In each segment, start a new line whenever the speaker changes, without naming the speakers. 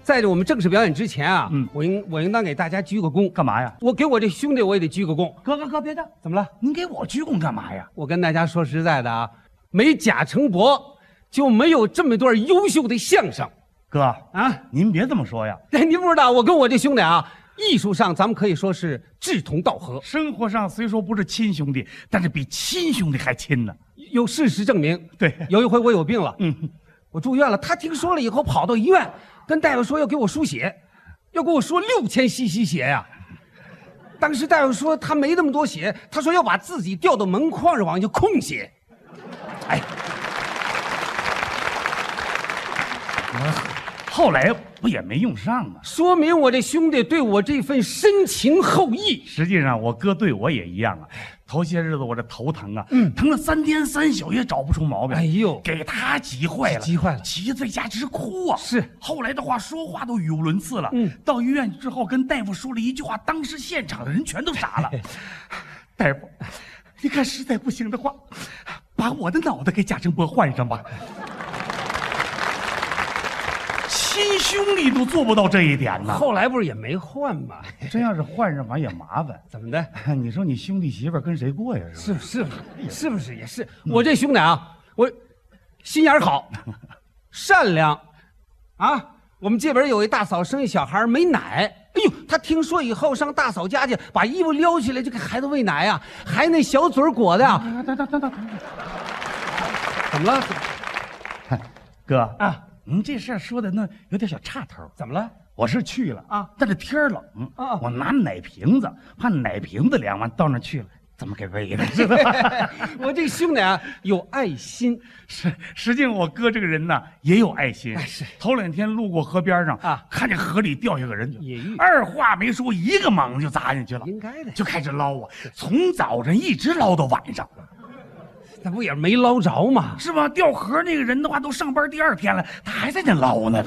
在我们正式表演之前啊，
嗯
我应我应当给大家鞠个躬。
干嘛呀？
我给我这兄弟我也得鞠个躬。
哥哥哥，别这，
怎么了？
您给我鞠躬干嘛呀？
我跟大家说实在的啊，没贾成博就没有这么段优秀的相声
哥，
啊！
您别这么说呀，
哎，您不知道，我跟我这兄弟啊，艺术上咱们可以说是志同道合。
生活上虽说不是亲兄弟，但是比亲兄弟还亲呢。
有事实证明，
对
有一回我有病了，
嗯，
我住院了，他听说了以后跑到医院，跟大夫说要给我输血，要给我输六千 cc 血呀、当时大夫说他没那么多血，他说要把自己掉到门框上往下空血。
哎，我后来不也没用上吗？
说明我这兄弟对我这份深情厚谊。
实际上，我哥对我也一样啊。头些日子我这头疼啊，疼了三天三宿也找不出毛病。
哎呦
给他急坏了，
急坏了
急得在家直哭啊。
是
后来的话说话都语无伦次了。到医院之后跟大夫说了一句话，当时现场的人全都傻了。 大夫，你看实在不行的话，把我的脑袋给贾正波换上吧。亲兄弟都做不到这一点呢，
后来不是也没换吗？
真要是换上反也麻烦。
怎么的？
你说你兄弟媳妇儿跟谁过呀？是
是是是不是也是？我这兄弟啊，我心眼儿 好，善良，啊，我们这边有一大嫂生一小孩儿没奶，哎呦，他听说以后上大嫂家去，把衣服撩起来就给孩子喂奶呀、还那小嘴儿裹的、啊，
不是？等等等等等等，
怎么了？
哥
啊，
您这事儿说的那有点小岔头。
怎么了？
我是去了
啊，
但是天儿冷
啊啊
我拿奶瓶子，怕奶瓶子凉完，到那儿去了，怎么给喂的？ 知道吧？
我这兄弟啊有爱心，
是，实际上我哥这个人呢也有爱心。
哎是
头两天路过河边上
啊
看见河里掉下个人，就
野鱼
二话没说，一个猛就砸进去了，
应该的
就开始捞啊，从早晨一直捞到晚上。
那不也没捞着吗？
是吧？掉河那个人的话，都上班第二天了，他还在那捞呢。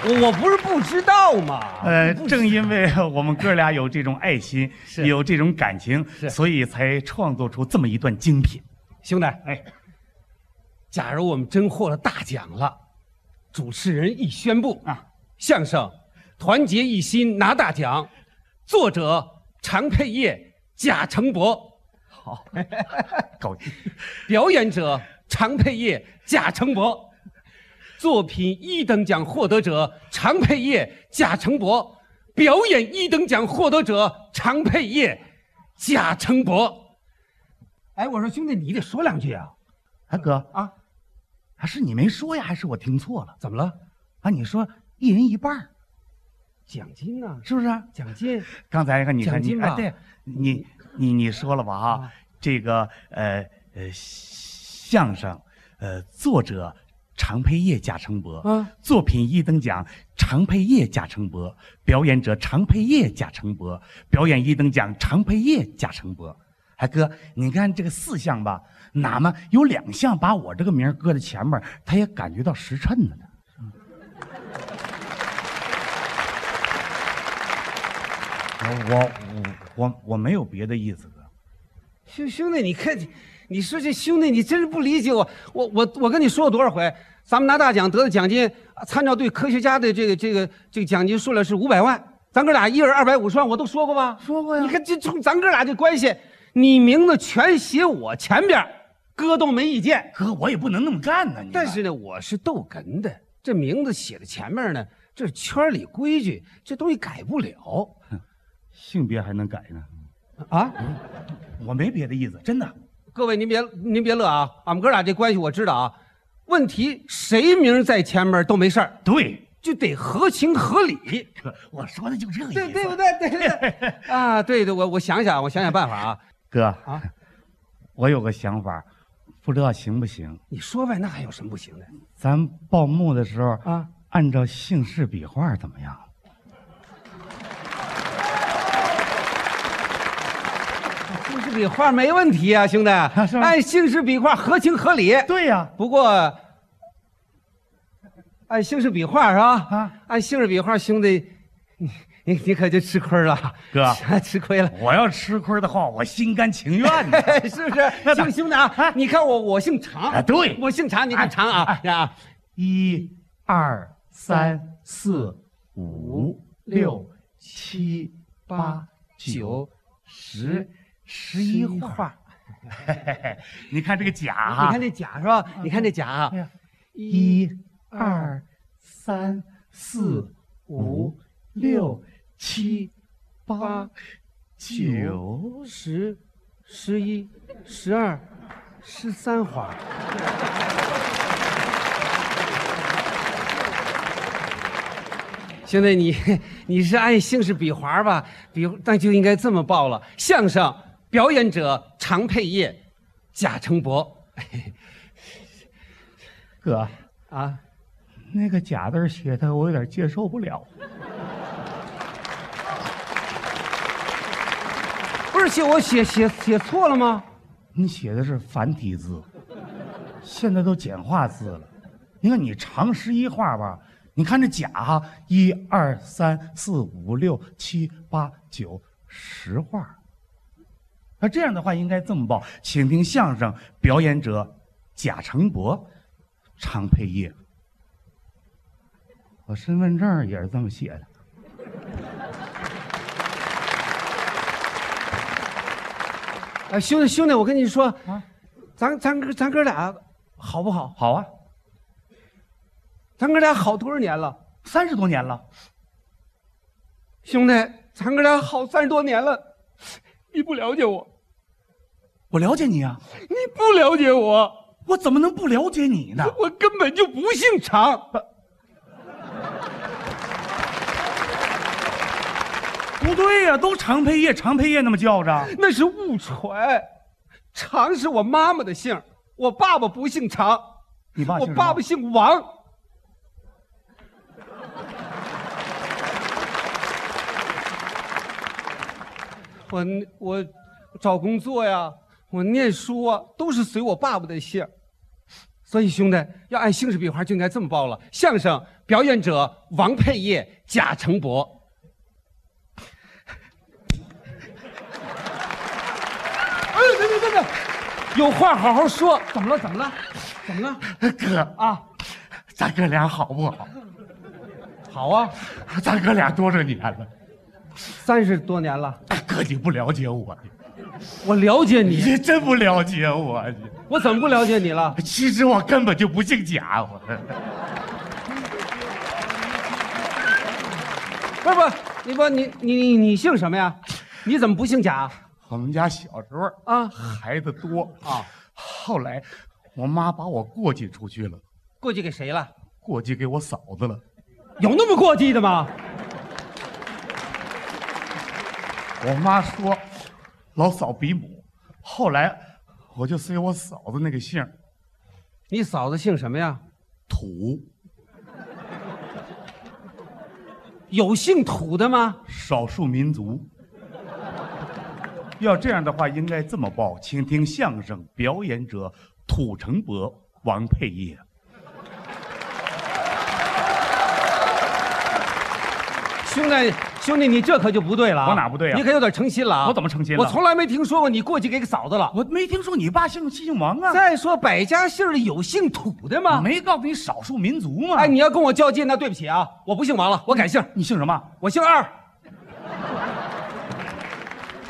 我我不是不知道嘛。
呃，正因为我们哥俩有这种爱心，
是
有这种感情，
是
所以才创作出这么一段精品。
兄弟，
哎，
假如我们真获了大奖了，主持人一宣布
啊，
相声《团结一心拿大奖》，作者常佩业、贾成博，
好，哎搞 定。
表演者常佩业、贾成博，作品一等奖获得者常佩业、贾成博，表演一等奖获得者常佩业、贾成博。哎，我说兄弟，你得说两句啊！
哎，哥
啊，
啊是你没说呀，还是我听错了？
怎么了？
啊，你说一人一半儿，
奖金呢、
是不是啊？
奖金。
刚才看你
奖
看你
金
哎
吧，
对，你你你说了吧哈
啊，
这个呃呃相声，呃作者常佩业、贾成博，
啊
作品一等奖常佩业、贾成博，表演者常佩业、贾成博，表演一等奖常佩业、贾成博。哎哥，你看这个四项吧，哪么有两项把我这个名儿搁在前面儿，他也感觉到实衬了呢。我我我我没有别的意思，哥。
兄兄弟，你看，你说这兄弟，你真是不理解我。我我我跟你说过多少回，咱们拿大奖得的奖金，啊参照对科学家的这个这个这个奖金数量是五百万，咱哥俩一人二百五十万，我都说过吧？
说过呀
你看这从咱哥俩这关系，你名字全写我前边，哥都没意见。
哥，我也不能那么干呢。你
但是呢，我是逗哏的，这名字写在前面呢，这是圈里规矩，这东西改不了
性别还能改呢？
啊。
我没别的意思，真的。
各位您别您别乐啊，俺们哥俩这关系我知道啊。问题谁名在前面都没事儿，
对，
就得合情合理，
哥，我哎说的就这意思。
对对不对？对对对啊，对对，我我想想，我想想办法啊。
哥
啊，
我有个想法，不知道行不行？
你说呗，那还有什么不行的
咱报幕的时候
啊？
按照姓氏笔画怎么样？
姓氏笔画没问题啊，兄弟，
是吗
按姓氏笔画合情合理。
对呀、
不过，按姓氏笔画是吧？
啊
按姓氏笔画，兄弟，你你你可就吃亏了，
哥
吃亏了，
我要吃亏的话，我心甘情愿 的。
是不是？
咱
兄兄弟啊，你看我我姓常
哎啊对哎
我姓常，你看常啊啊，
一、二、三、四、五、六、七、八、九、十、十一画。 你看这个甲
你
哈
看，这甲是吧？你看这甲啊
哎，呀一、二、三、四、五、六、七、八、九。
十、十一、十二、十三花。兄弟，你你是按姓氏比划吧？比那就应该这么报了。相声表演者常佩业，贾成博。
哥，
啊，
那个甲字儿写的我有点接受不了。
不是写我写写写错了吗？
你写的是繁体字，现在都简化字了。你看你长十一画吧，你看这甲哈，一二三四五六七八九十画。那这样的话应该这么报，请听相声表演者贾成博，常配业。我身份证儿也是这么写的。
哎，兄弟兄弟，我跟你说，
啊
咱咱哥咱哥俩好不好？
好啊，
咱哥俩好多少年了？
三十多年了，
兄弟，咱哥俩好三十多年了，你不了解我，
我了解你啊，
你不了解我，
我怎么能不了解你呢？
我根本就不姓常。
不对呀、都常配业，常配业那么叫着。
那是误传。常是我妈妈的姓儿，我爸爸不姓常，
你爸
我
姓什么
爸爸姓王。 我我找工作呀，我念书啊，都是随我爸爸的姓儿。所以兄弟要按姓氏笔画就应该这么报了。相声表演者王佩业、贾成博。 哎，等等等等，有话好好说。怎么了？怎么了？怎么了？
哥，
啊，
咱哥俩好不好？
好啊，
咱哥俩多少年了？
三十多年了，
哎哥，你不了解我，
我了解
你
你，
这真不了解我。你
我怎么不了解你了？
其实我根本就不姓贾，我
不是不是，你不你你你你姓什么呀？你怎么不姓贾
我们家小时候
啊？
孩子多
啊，
后来我妈把我过继出去了，
过继给谁了？
过继给我嫂子了。
有那么过继的吗？
我妈说老嫂比母，后来我就随我嫂子那个姓儿
你嫂子姓什么呀？
土，
有姓土的吗？
少数民族。要这样的话，应该这么报，请听相声表演者土城伯王佩业。
兄弟，兄弟，你这可就不对了、啊。
我哪不对啊
你可有点成心了啊！
我怎么成心了
我从来没听说过你过继给个嫂子了。
我没听说你爸姓姓王啊，
再说百家姓里有姓土的吗？
没告诉你少数民族吗？
啊哎，你要跟我较劲，那对不起啊，我不姓王了，我改姓，
你姓什么？
我姓二。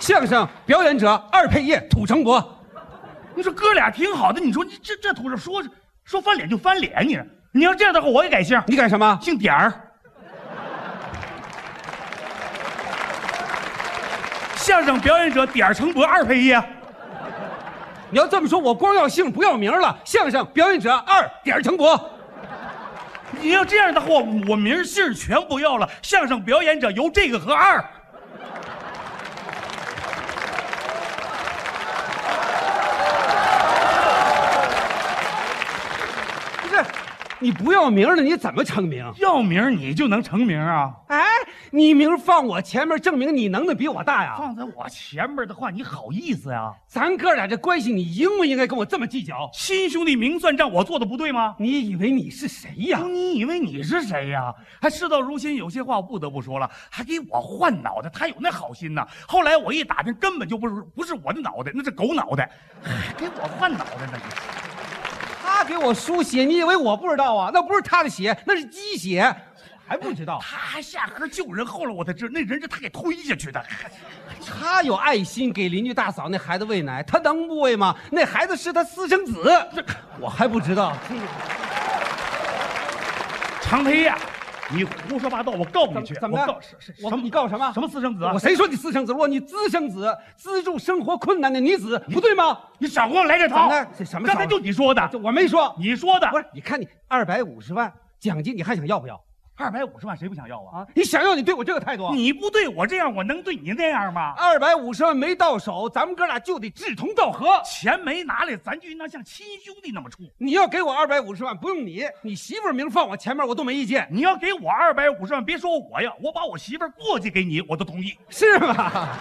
相声表演者二配业土城伯，
你说哥俩挺好的，你说你这这土上说说翻脸就翻脸，你你要这样的话，我也改姓，
你改什么？
姓点儿。相声表演者点儿成伯二配业，
你要这么说，我光要姓不要名了。相声表演者二点儿成伯，
你要这样的话，我名姓儿全不要了。相声表演者由这个和二，
不是，你不要名了，你怎么成名？
要名儿你就能成名啊？
哎，你明儿放我前面，证明你能耐比我大呀。
放在我前面的话，你好意思啊呀、
咱哥俩这关系，你应不应该跟我这么计较？
亲兄弟明算账，我做的不对吗？
你以为你是谁呀？
你以为你是谁呀、还事到如今，有些话我不得不说了，还给我换脑袋，他有那好心呐。后来我一打听，根本就不是不是我的脑袋，那是狗脑袋，还给我换脑袋呢。
他给我输血，你以为我不知道啊？那不是他的血，那是鸡血，我还不知道。
他还下河救人，后来我才知道那人是他给推下去的。
他有爱心，给邻居大嫂那孩子喂奶，他能不喂吗？那孩子是他私生子，这我还不知道。
常培业，你胡说八道，我告你去！
怎么
我
的
告是是？
我
什么
你告什么
什么私生子啊？
我谁说你私生子？我说你私生子，资助生活困难的女子，不对吗？
你少给我来这
怎
套！
么的什么
刚才
少
就你说的，
这我没说，
你说的
不是？你看你二百五十万奖金，你还想要不要
二百五十万谁不想要啊？
啊？你想要，你对我这个态度啊，
你不对我这样，我能对你那样吗？
二百五十万没到手，咱们哥俩就得志同道合。
钱没拿来，咱就应当像亲兄弟那么处。
你要给我二百五十万，不用你，你媳妇儿明儿放我前面，我都没意见，
你要给我二百五十万，别说我呀，我把我媳妇儿过继给你，我都同意。
是吧？